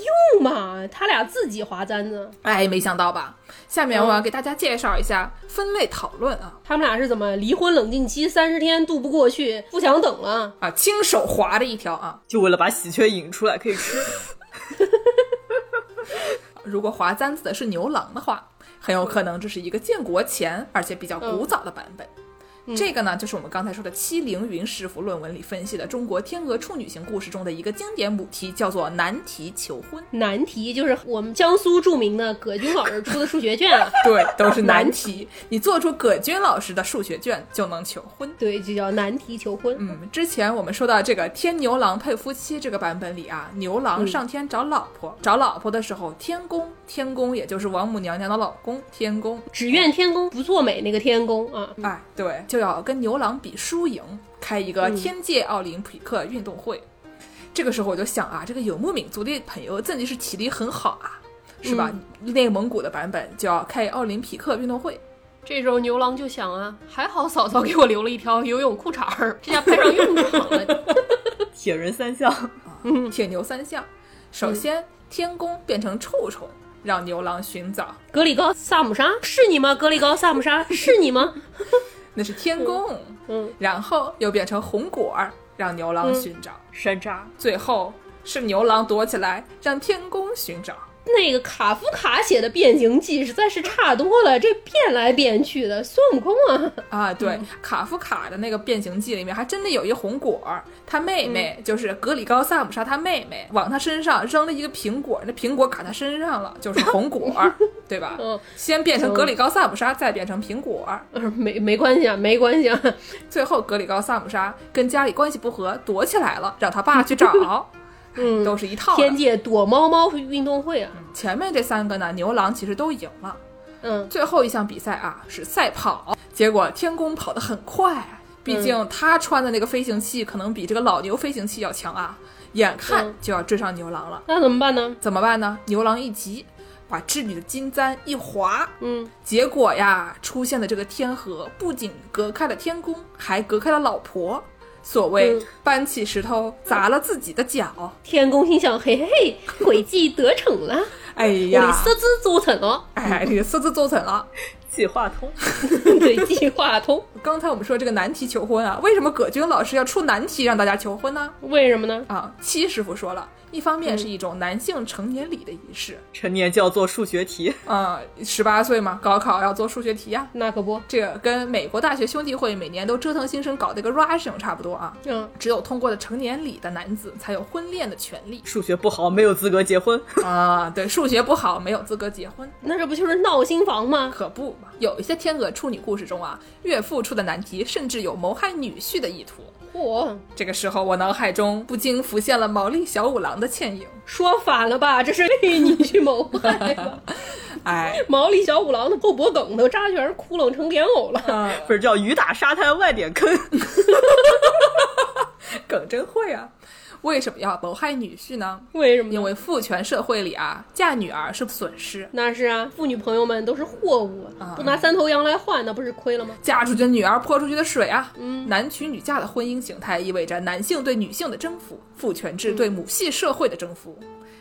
Speaker 1: 吗？他俩自己划簪子，
Speaker 2: 哎，没想到吧？下面我要给大家介绍一下分类讨论啊
Speaker 1: 他们俩是怎么离婚冷静期三十天度不过去，不想等了？
Speaker 2: 啊，亲手划的一条啊！
Speaker 3: 就为了把喜鹊引出来可以吃。
Speaker 2: 如果划簪子的是牛郎的话，很有可能这是一个建国前而且比较古早的版本。这个呢，就是我们刚才说的七凌云师傅论文里分析的中国天鹅处女情故事中的一个经典母题，叫做难题求婚。
Speaker 1: 难题就是我们江苏著名的葛军老师出的数学卷 [laughs] 啊，
Speaker 2: 对，都是 [laughs] 难题。你做出葛军老师的数学卷就能求婚。
Speaker 1: 对，就叫难题求婚。
Speaker 2: 嗯，之前我们说到这个天牛郎配夫妻这个版本里啊，牛郎上天找老婆，找老婆的时候，天公，天公也就是王母娘娘的老公，天公，
Speaker 1: 只愿天公不作美那个天公啊，
Speaker 2: 哎，对，就要跟牛郎比输赢，开一个天界奥林匹克运动会。这个时候我就想啊，这个游牧民族的朋友真的是体力很好啊，是吧？内蒙古的版本就要开奥林匹克运动会。
Speaker 1: 这时候牛郎就想啊，还好嫂嫂给我留了一条游泳裤衩儿，这下派上用场了。
Speaker 3: 铁人三项，
Speaker 2: 铁牛三项。首先，天宫变成臭虫，让牛郎寻找，
Speaker 1: 格里高萨姆莎是你吗？格里高萨姆莎是你吗？ [laughs]
Speaker 2: 那是天宫。
Speaker 1: 嗯，
Speaker 2: 然后又变成红果儿，让牛郎寻找。
Speaker 1: 嗯
Speaker 3: 山楂，
Speaker 2: 最后是牛郎躲起来，让天宫寻找。
Speaker 1: 那个卡夫卡写的《变形记》实在是差多了，这变来变去的，孙悟空啊， [laughs]
Speaker 2: 啊，对，卡夫卡的那个《变形记》里面还真的有一红果儿，他妹妹、
Speaker 1: 嗯
Speaker 2: 就是格里高萨姆莎，他妹妹往他身上扔了一个苹果，那苹果卡他身上了，就是红
Speaker 1: [laughs]
Speaker 2: 果儿，对吧？
Speaker 1: 嗯
Speaker 2: 先变成格里高萨姆莎，再变成苹果儿。
Speaker 1: 呃没没关系啊，没关系啊，
Speaker 2: 最后，格里高萨姆莎跟家里关系不和，躲起来了，让他爸去找，
Speaker 1: 嗯，
Speaker 2: 都是一套的。
Speaker 1: 天界躲猫猫运动会啊，
Speaker 2: 前面这三个呢，牛郎其实都赢了。
Speaker 1: 嗯，
Speaker 2: 最后一项比赛啊是赛跑，结果天宫跑得很快，啊毕竟他穿的那个飞行器可能比这个老牛飞行器要强啊，眼看
Speaker 1: 嗯
Speaker 2: 就要追上牛郎了，
Speaker 1: 那怎么办呢？
Speaker 2: 怎么办呢？牛郎一急，把织女的金簪一划，
Speaker 1: 嗯，
Speaker 2: 结果呀，出现的这个天河不仅隔开了天宫，还隔开了老婆。所谓
Speaker 1: 嗯
Speaker 2: 搬起石头砸了自己的脚，
Speaker 1: 天宫心想，嘿嘿嘿，诡计得逞了，
Speaker 2: 哎
Speaker 1: 我的
Speaker 2: [laughs] 呀，
Speaker 1: 狮子做成了， [laughs]
Speaker 2: 哎，这个狮子做成了。
Speaker 3: 计划通，
Speaker 1: 对，计划通，
Speaker 2: 刚才我们说这个难题求婚啊，为什么葛军老师要出难题让大家求婚呢？
Speaker 1: 为什么呢？
Speaker 2: 啊，戚师傅说了，一方面是一种男性成年礼的仪式，
Speaker 3: 成年就要做数学题，
Speaker 2: 啊，十八岁嘛，高考要做数学题呀、
Speaker 1: 那可不，
Speaker 2: 这个跟美国大学兄弟会每年都折腾新生搞的一个 rushing 差不多啊。
Speaker 1: 嗯，
Speaker 2: 只有通过了成年礼的男子才有婚恋的权利 [laughs]
Speaker 3: 数学不好没有资格结婚。 [laughs]
Speaker 2: 啊！对，数学不好没有资格结婚，
Speaker 1: 那这不就是闹心房吗？
Speaker 2: 可不嘛。有一些天鹅处女故事中啊，岳父出的难题甚至有谋害女婿的意图。
Speaker 1: 嚯，
Speaker 2: 这个时候，我脑海中不禁浮现了毛利小五郎的倩影。
Speaker 1: 说反了吧，这是为你去谋害
Speaker 2: [laughs]
Speaker 1: 吧？
Speaker 2: 哎， [laughs]
Speaker 1: 毛利小五郎的后脖梗都扎全是窟窿成莲藕
Speaker 2: 啊
Speaker 1: 了。
Speaker 3: 不是叫雨打沙滩外点坑，
Speaker 2: 梗真会啊！为什么要谋害女婿呢？
Speaker 1: 为什么呢？
Speaker 2: 因为父权社会里啊，嫁女儿是损失，
Speaker 1: 那是啊，妇女朋友们都是货物，啊
Speaker 2: 啊
Speaker 1: 不拿三头羊来换，那不是亏了吗？
Speaker 2: 嫁出去的女儿泼出去的水啊。
Speaker 1: 嗯
Speaker 2: 男娶女嫁的婚姻形态意味着男性对女性的征服，父权制对母系社会的征服。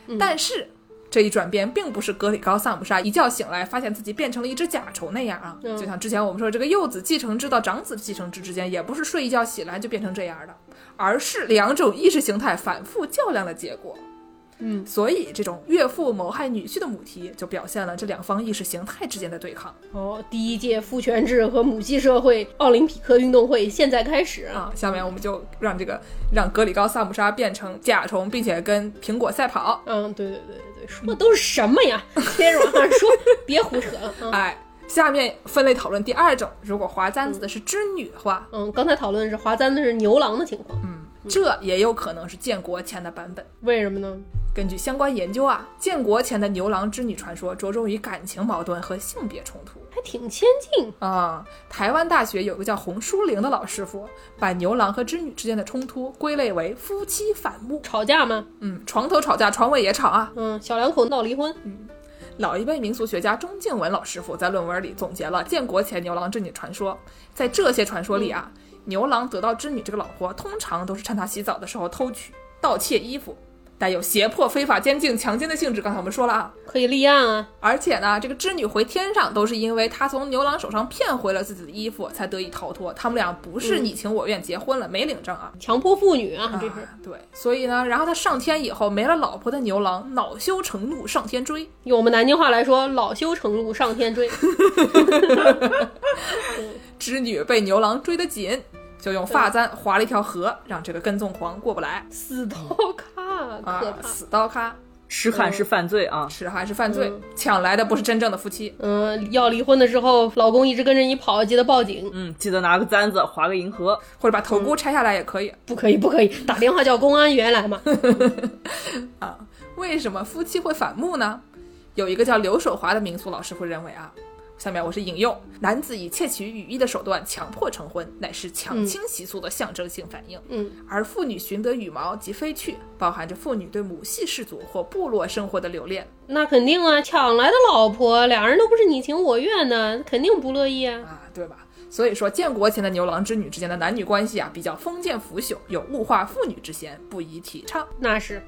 Speaker 1: 嗯
Speaker 2: 但是这一转变并不是格里高萨姆莎一觉醒来发现自己变成了一只甲虫那样啊。
Speaker 1: 嗯
Speaker 2: 就像之前我们说这个幼子继承制到长子继承制之间，也不是睡一觉起来就变成这样的，而是两种意识形态反复较量的结果。
Speaker 1: 嗯，
Speaker 2: 所以这种岳父谋害女婿的母题，就表现了这两方意识形态之间的对抗
Speaker 1: 哦，第一届父权制和母系社会奥林匹克运动会现在开始啊！
Speaker 2: 啊。下面我们就让这个让格里高萨姆莎变成甲虫，并且跟苹果赛跑。
Speaker 1: 嗯，对对对对对，说的都是什么呀？ [laughs] 接着往上说，别胡扯了。嗯
Speaker 2: 哎，下面分类讨论第二种，如果华簪子的是织女的话，
Speaker 1: 嗯，刚才讨论的是华簪的是牛郎的情况，
Speaker 2: 这也有可能是建国前的版本。
Speaker 1: 为什么呢？
Speaker 2: 根据相关研究啊，建国前的牛郎织女传说着重于感情矛盾和性别冲突。
Speaker 1: 还挺先进。
Speaker 2: 啊、台湾大学有个叫洪淑玲的老师傅，把牛郎和织女之间的冲突归类为夫妻反目。
Speaker 1: 吵架吗？
Speaker 2: 嗯，床头吵架，床尾也吵啊。
Speaker 1: 嗯，小两口闹离婚。
Speaker 2: 老一辈民俗学家钟敬文老师傅在论文里总结了建国前牛郎织女传说。在这些传说里啊，牛郎得到织女这个老婆，通常都是趁她洗澡的时候偷取、盗窃衣服，带有胁迫、非法监禁、强奸的性质。刚才我们说了啊，
Speaker 1: 可以立案啊。
Speaker 2: 而且呢，这个织女回天上都是因为她从牛郎手上骗回了自己的衣服，才得以逃脱。他们俩不是你情我愿结婚了，没领证啊。
Speaker 1: 强迫妇女啊，这是
Speaker 2: 啊对，所以呢，然后他上天以后没了老婆的牛郎恼羞成怒上天追，
Speaker 1: 用我们南京话来说，老羞成怒上天 [laughs] 追。
Speaker 2: 织女被牛郎追得紧，就用发簪划了一条河，让这个跟踪狂过不来
Speaker 1: 死刀卡，
Speaker 2: 啊
Speaker 1: 可，怕。
Speaker 2: 死刀咖，
Speaker 3: 痴汉是犯罪啊！
Speaker 2: 是还是犯罪，抢来的不是真正的夫妻。
Speaker 1: 嗯，要离婚的时候，老公一直跟着你跑，记得报警。
Speaker 3: 嗯，记得拿个簪子划个银河。
Speaker 2: 或者把
Speaker 1: 嗯
Speaker 2: 头箍拆下来也可以。
Speaker 1: 不可以，不可以，打电话叫公安员来 [laughs] 嘛。
Speaker 2: 为什么夫妻会反目呢？有一个叫刘守华的民俗老师傅认为啊，下面我是引用：男子以窃取羽衣的手段强迫成婚，乃是抢亲习俗的象征性反应；
Speaker 1: 嗯，
Speaker 2: 而妇女寻得羽毛即飞去，包含着妇女对母系氏族或部落生活的留恋
Speaker 1: 那肯定啊，抢来的老婆，俩人都不是你情我愿的，肯定不乐意啊。
Speaker 2: 啊，对吧？所以说，建国前的牛郎织女之间的男女关系啊，比较封建腐朽，有物化妇女之嫌，不宜提倡。
Speaker 1: 那是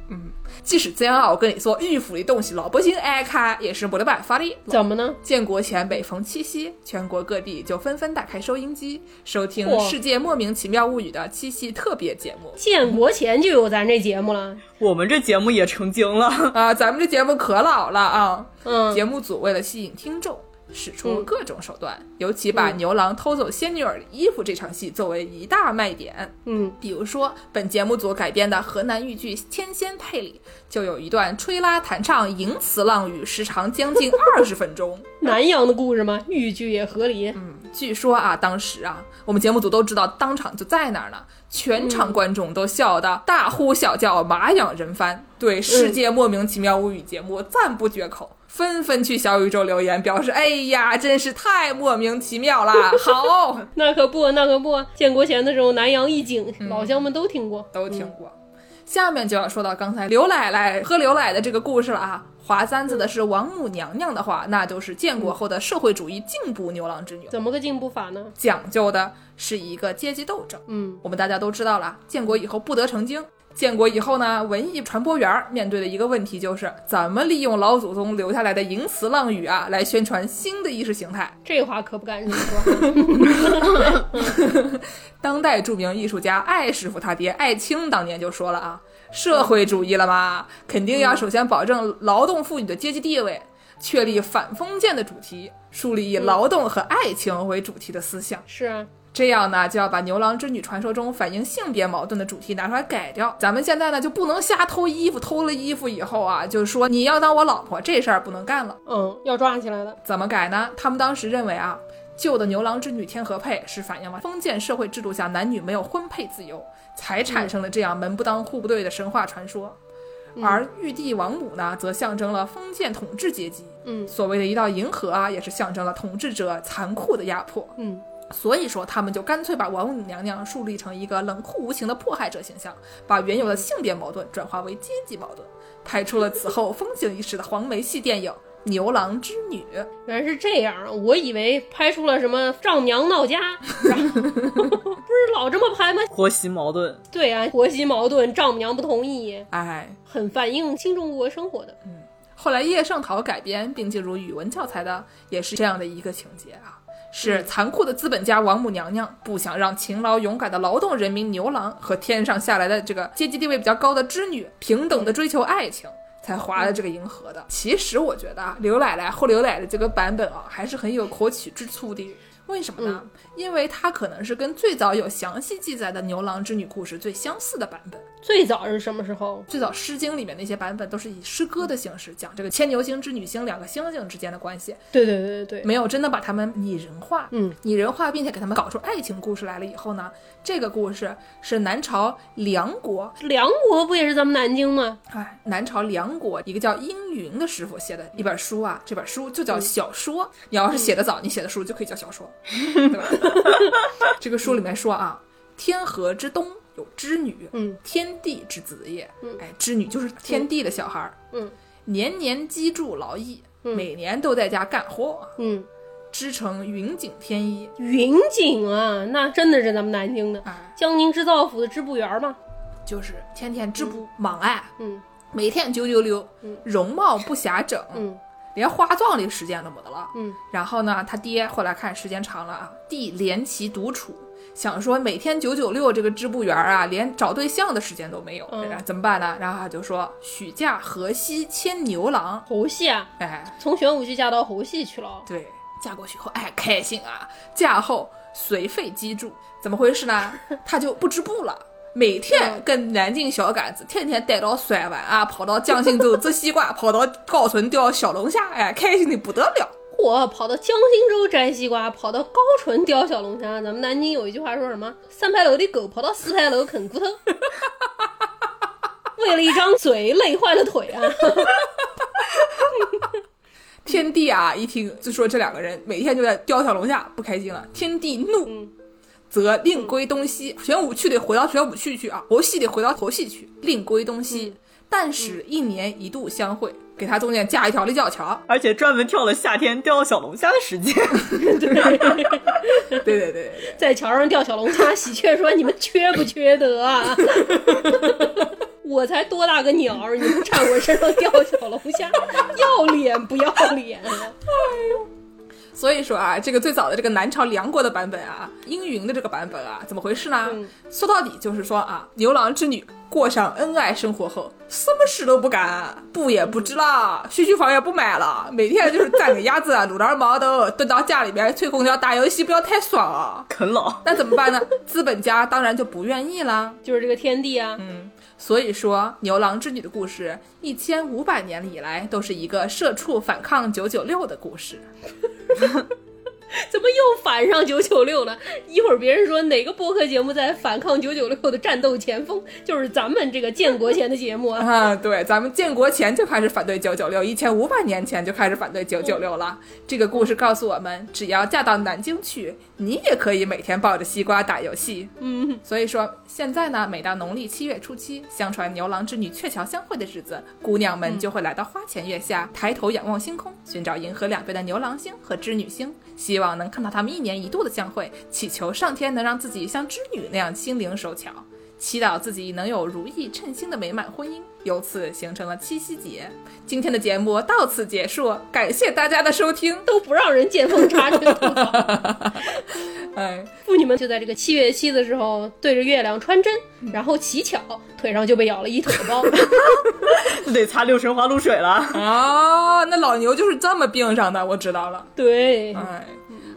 Speaker 2: 即使这样啊，我跟你说，御府的东西老百姓爱看，也是没得办法的。
Speaker 1: 怎么呢？
Speaker 2: 建国前每逢七夕，全国各地就纷纷打开收音机，收听
Speaker 1: 嚯
Speaker 2: 《世界莫名其妙物语》的七夕特别节目。
Speaker 1: 建国前就有咱这节目了。
Speaker 3: 我们这节目也成精了， [laughs]
Speaker 2: 啊、咱们这节目可老了啊！
Speaker 1: 嗯，
Speaker 2: 节目组为了吸引听众，使出
Speaker 1: 嗯
Speaker 2: 各种手段，尤其把
Speaker 1: 嗯
Speaker 2: 牛郎偷走仙女儿的衣服这场戏作为一大卖点。
Speaker 1: 嗯，
Speaker 2: 比如说，本节目组改编的河南豫剧《天仙配》里，就有一段吹拉弹唱、吟词浪语，时长将近二十分钟。
Speaker 1: 南阳的故事嘛，豫剧也合理。
Speaker 2: 据说啊，当时啊，我们节目组都知道，当场就在那儿呢，全场观众都笑得大呼小叫，马仰人翻，对《世界莫名其妙物语》节目赞不绝口，纷纷去小宇宙留言表示：“哎呀，真是太莫名其妙啦！”好，
Speaker 1: 那可不，那可不，建国前的时候，南阳一景，老乡们都听过。
Speaker 2: 都听过。下面就要说到刚才刘奶奶喝牛奶的这个故事了啊。华簪子的是王母娘娘的话，那就是建国后的社会主义进步牛郎织女，
Speaker 1: 怎么个进步法呢？
Speaker 2: 讲究的是一个阶级斗争。
Speaker 1: 嗯，
Speaker 2: 我们大家都知道了，建国以后不得成精。建国以后呢，文艺传播员儿面对的一个问题就是怎么利用老祖宗留下来的淫词浪语啊，来宣传新的意识形态。
Speaker 1: 这话可不敢说。 [laughs]
Speaker 2: [laughs] 当代著名艺术家艾师傅他爹艾青当年就说了啊，社会主义了嘛，肯定要首先保证劳动妇女的阶级地位，确立反封建的主题，树立以劳动和爱情为主题的思想。
Speaker 1: 是啊，
Speaker 2: 这样呢，就要把牛郎织女传说中反映性别矛盾的主题拿出来改掉。咱们现在呢，就不能瞎偷衣服，偷了衣服以后啊，就说你要当我老婆这事儿不能干了。
Speaker 1: 嗯，要抓起来了。
Speaker 2: 怎么改呢？他们当时认为啊，旧的牛郎织女天河配是反映了封建社会制度下男女没有婚配自由，才产生了这样门不当户不对的神话传说。而玉帝王母呢，则象征了封建统治阶级。
Speaker 1: 嗯
Speaker 2: 所谓的一道银河啊，也是象征了统治者残酷的压迫。
Speaker 1: 嗯，
Speaker 2: 所以说，他们就干脆把王母娘娘树立成一个冷酷无情的迫害者形象，把原有的性别矛盾转化为阶级矛盾，拍出了此后风行一时的黄梅戏电影《牛郎织女》。
Speaker 1: 原来是这样啊！我以为拍出了什么丈母娘闹 [laughs] 家，然后不是老这么拍吗？
Speaker 3: 婆媳矛盾。
Speaker 1: 对啊，婆媳矛盾，丈母娘不同意，
Speaker 2: 哎，
Speaker 1: 很反映新中国生活的。
Speaker 2: 后来叶圣陶改编并进入语文教材的也是这样的一个情节啊，是残酷的资本家王母娘娘不想让勤劳勇敢的劳动人民牛郎和天上下来的这个阶级地位比较高的织女平等的追求爱情，才划了这个银河的。其实我觉得啊，刘奶奶后刘奶奶这个版本啊，还是很有可取之处的。为什么呢？因为它可能是跟最早有详细记载的牛郎织女故事最相似的版本。
Speaker 1: 最早是什么时候？
Speaker 2: 最早《诗经》里面那些版本都是以诗歌的形式讲这个牵牛星、织女星两个星星之间的关系，
Speaker 1: 对对对对对，
Speaker 2: 没有真的把他们拟人化，
Speaker 1: 嗯，
Speaker 2: 拟人化，并且给他们搞出爱情故事来了以后呢，这个故事是南朝梁国，
Speaker 1: 梁国不也是咱们南京吗？
Speaker 2: 哎，南朝梁国一个叫应云的师傅写的一本书啊，这本书就叫小说。你要是写得早，你写的书就可以叫小说，对吧？ [laughs] 这个书里面说啊，天河之东有织女，
Speaker 1: 嗯，
Speaker 2: 天地之子也，哎，织女就是天地的小孩儿，
Speaker 1: 嗯嗯，
Speaker 2: 年年积贮劳役，每年都在家干活啊，
Speaker 1: 嗯，
Speaker 2: 织成云锦天衣，
Speaker 1: 云锦啊，那真的是咱们南京的
Speaker 2: 哎，
Speaker 1: 江宁织造府的织布员嘛。
Speaker 2: 就是天天织布忙哎，
Speaker 1: 嗯
Speaker 2: 每天九九六，容貌不暇整，
Speaker 1: 嗯
Speaker 2: 连花葬这个时间都没得了。
Speaker 1: 嗯，
Speaker 2: 然后呢，他爹后来看时间长了啊，弟连其独处，想说每天九九六这个织布员啊，连找对象的时间都没有，
Speaker 1: 嗯
Speaker 2: 然后怎么办呢？然后他就说许嫁河西牵牛郎，
Speaker 1: 猴戏啊，
Speaker 2: 哎，
Speaker 1: 从玄武纪嫁到猴戏去了。
Speaker 2: 对，嫁过去后，哎，开心啊！嫁后随费积贮，怎么回事呢？他就不织布了，每天跟南京小杆子，天天带到甩碗啊，跑到江心洲摘西瓜，跑到高淳钓小龙虾，哎，开心的不得了。
Speaker 1: 嚯，跑到江心洲摘西瓜，跑到高淳叼小龙虾。咱们南京有一句话说什么？三牌楼的狗跑到四牌楼啃骨 [laughs] 头，为了一张嘴累坏了腿啊！
Speaker 2: 天帝啊，一听就说这两个人每天就在钓小龙虾，不开心了。天帝怒，则令归东西。玄武去得回到玄武去去啊，猴戏得回到猴戏去，令归东西。但使一年一度相会，给他中间架一条立交桥。
Speaker 3: 而且专门跳了夏天钓小龙虾的时间。 [laughs]
Speaker 2: 对 [laughs] 对对对对。
Speaker 1: 在桥上钓小龙虾，喜鹊说：“你们缺不缺德啊？”我才多大个鸟儿，你们站我身上钓小龙虾，要脸不要脸啊？
Speaker 2: 所以说啊，这个最早的这个南朝梁国的版本啊，应云的这个版本啊，怎么回事呢？
Speaker 1: 嗯
Speaker 2: 说到底就是说啊，牛郎织女过上恩爱生活后，什么事都不干，布也不织了，旭旭房也不买了，每天就是站个鸭子啊，撸点毛豆，蹲到家里边吹空调打游戏，不要太爽啊。
Speaker 3: 啃老，
Speaker 2: 那怎么办呢？资本家当然就不愿意啦。
Speaker 1: 就是这个天地啊，
Speaker 2: 所以说，牛郎织女的故事，一千五百年以来都是一个社畜反抗九九六的故事。
Speaker 1: 怎么又反上九九六了？一会儿别人说哪个播客节目在反抗九九六的战斗前锋，就是咱们这个建国前的节目啊！
Speaker 2: 啊，对，咱们建国前就开始反对九九六，一千五百年前就开始反对九九六了。这个故事告诉我们，只要嫁到南京去，你也可以每天抱着西瓜打游戏。
Speaker 1: 嗯，
Speaker 2: 所以说，现在呢，每到农历七月初七，相传牛郎织女鹊桥相会的日子，姑娘们就会来到花前月下，抬头仰望星空，寻找银河两边的牛郎星和织女星，希望能看到他们一年一度的相会，祈求上天能让自己像织女那样心灵手巧。祈祷自己能有如意称心的美满婚姻，由此形成了七夕节。今天的节目到此结束，感谢大家的收听。
Speaker 1: 都不让人见缝插针吐槽，
Speaker 2: 哎，
Speaker 1: 妇女们就在这个七月七的时候对着月亮穿针，然后乞巧，腿上就被咬了一腿包。 [laughs]
Speaker 3: 就得擦六神花露水了。
Speaker 2: 哦，那老牛就是这么病上的，我知道了。
Speaker 1: 对，
Speaker 2: 哎，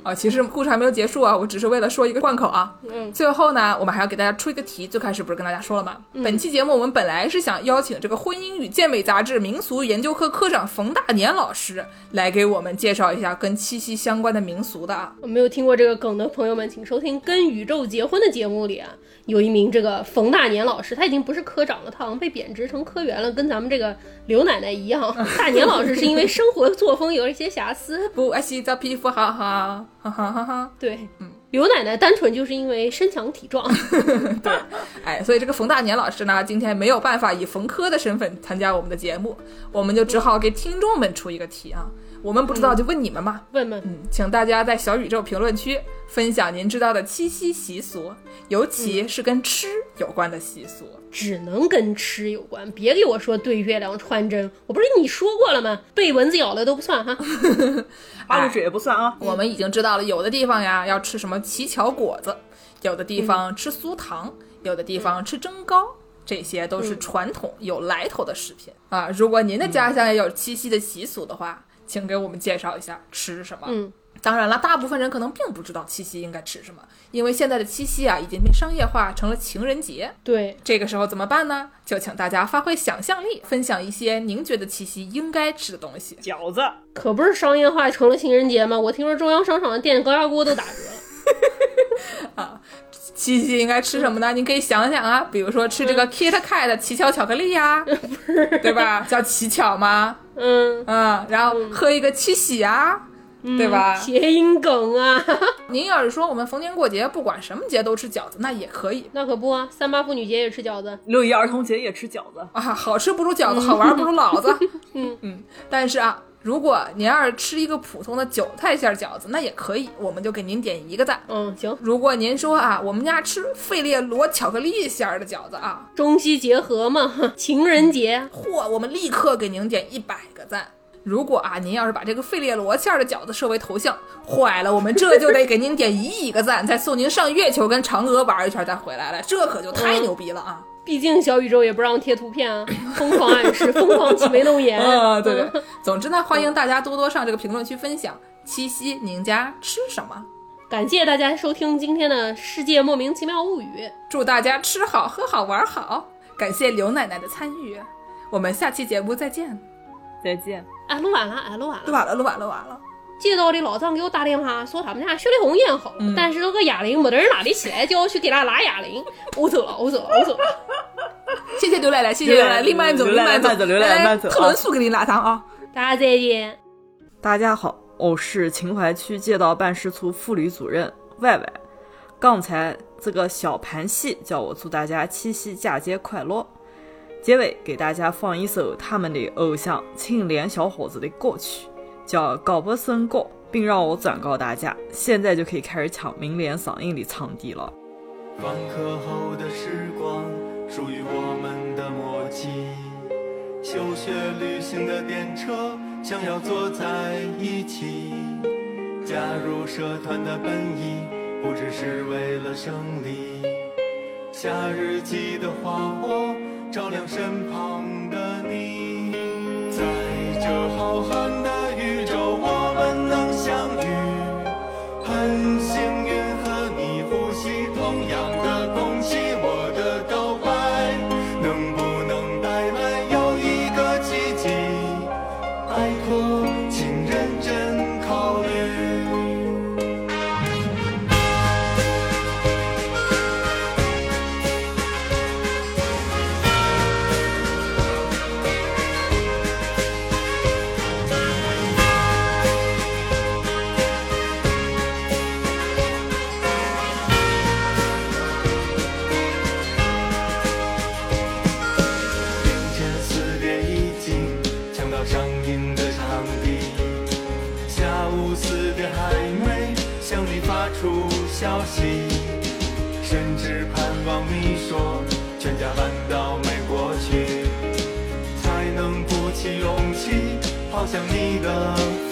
Speaker 2: 啊，其实故事还没有结束啊，我只是为了说一个贯口啊。
Speaker 1: 嗯
Speaker 2: 最后呢，我们还要给大家出一个题。最开始不是跟大家说了吗？本期节目我们本来是想邀请这个《婚姻与健美》杂志民俗研究科科长冯大年老师来给我们介绍一下跟七夕相关的民俗的啊。
Speaker 1: 我没有听过这个梗的朋友们，请收听《跟宇宙结婚》的节目里啊，有一名这个冯大年老师，他已经不是科长了，他好像被贬值成科员了，跟咱们这个刘奶奶一样。大年老师是因为生活作风有一些瑕疵，
Speaker 2: 不爱惜的皮肤，哈哈哈哈哈哈。
Speaker 1: 对，刘奶奶单纯就是因为身强体壮， [laughs]
Speaker 2: 哎，所以这个冯大年老师呢，今天没有办法以冯科的身份参加我们的节目，我们就只好给听众们出一个题啊。我们不知道就问你们嘛。
Speaker 1: 问问
Speaker 2: 嗯，请大家在小宇宙评论区分享您知道的七夕习俗，尤其是跟吃有关的习俗。
Speaker 1: 只能跟吃有关，别给我说对月亮穿针，我不是跟你说过了吗？被蚊子咬了都不算哈。 [laughs]
Speaker 3: 花露水也不算啊，
Speaker 2: 我们已经知道了，有的地方呀要吃什么乞巧果子，有的地方吃酥糖，有的地方吃蒸糕，这些都是传统有来头的食品啊。如果您的家乡也有七夕的习俗的话，请给我们介绍一下吃什么。
Speaker 1: 嗯，
Speaker 2: 当然了，大部分人可能并不知道七夕应该吃什么，因为现在的七夕啊已经被商业化成了情人节。
Speaker 1: 对，
Speaker 2: 这个时候怎么办呢？就请大家发挥想象力，分享一些您觉得七夕应该吃的东西。
Speaker 3: 饺子，
Speaker 1: 可不是商业化成了情人节吗？我听说中央商场的电高压锅都打折了。
Speaker 2: 七夕应该吃什么呢？您可以想想啊，比如说吃这个 Kit Kat 奇巧巧克力呀、 [laughs] 对吧？叫奇巧吗？
Speaker 1: 嗯，
Speaker 2: 嗯，然后喝一个七喜啊，对吧？
Speaker 1: 谐音梗啊， [laughs]
Speaker 2: 您要是说我们逢年过节不管什么节都吃饺子，那也可以
Speaker 1: 那可不啊，三八妇女节也吃饺子。
Speaker 3: 六一儿童节也吃饺子，
Speaker 2: 啊，好吃不如饺子，好玩不如老子。 [laughs] 嗯但是啊，如果您要是吃一个普通的韭菜馅儿饺子，那也可以，我们就给您点一个赞。
Speaker 1: 嗯，行，
Speaker 2: 如果您说啊，我们家吃费列罗巧克力馅儿的饺子啊，
Speaker 1: 中西结合嘛， [laughs] 情人节。
Speaker 2: 嚯，我们立刻给您点一百个赞。如果啊，您要是把这个费列罗馅儿的饺子设为头像，坏了，我们这就得给您点一亿个赞，再送您上月球跟嫦娥玩一圈再回来了，这可就太牛逼了啊！
Speaker 1: 毕竟小宇宙也不让贴图片啊，疯狂暗示，疯狂挤眉弄
Speaker 3: 嗯
Speaker 1: 眼。嗯
Speaker 2: 啊，对对。总之呢，欢迎大家多多上这个评论区分享七夕您家吃什么，
Speaker 1: 感谢大家收听今天的《世界莫名其妙物语》，
Speaker 2: 祝大家吃好喝好玩好，感谢刘奶奶的参与，我们下期节目再见。
Speaker 3: 再见。
Speaker 1: 俺哎录完了，俺录完了。
Speaker 2: 晚了，晚了，晚了。
Speaker 1: 接到的老张给我打电话说他们家雪里红腌好了，
Speaker 2: 嗯
Speaker 1: 但是那个哑铃没得人拿得起来，叫我去给他拿哑铃。我走了，我走了，我走了。
Speaker 2: 谢谢刘奶奶，谢谢刘奶奶，另外一种，
Speaker 3: 刘
Speaker 2: 另
Speaker 3: 奶
Speaker 2: 外
Speaker 3: 奶
Speaker 2: 一种，
Speaker 3: 刘奶奶慢走刘奶奶慢走
Speaker 2: 特仑苏给您拿糖啊。
Speaker 1: 大家再见。
Speaker 3: 大家好，我是秦淮区街道办事处妇女主任外外。刚才这个小盘戏叫我祝大家七夕佳节快乐。结尾给大家放一首他们的偶像青莲小伙子的歌曲，叫《搞不升高》，并让我转告大家，现在就可以开始抢明年嗓音的场地了。
Speaker 5: 放课后的时光属于我们的默契。休学旅行的电车想要坐在一起，加入社团的本意不只是为了胜利。夏日记的花火照亮身旁的你，在这浩瀚的宇宙，我们能相遇。很幸运和你呼吸同样的空气，我的告白能不能带来又一个奇迹？拜托，请认真考虑。迎着四点一进，抢到上瘾的场地。下午四点还没向你发出消息，甚至盼望你说全家搬到美国去，才能鼓起勇气跑向你的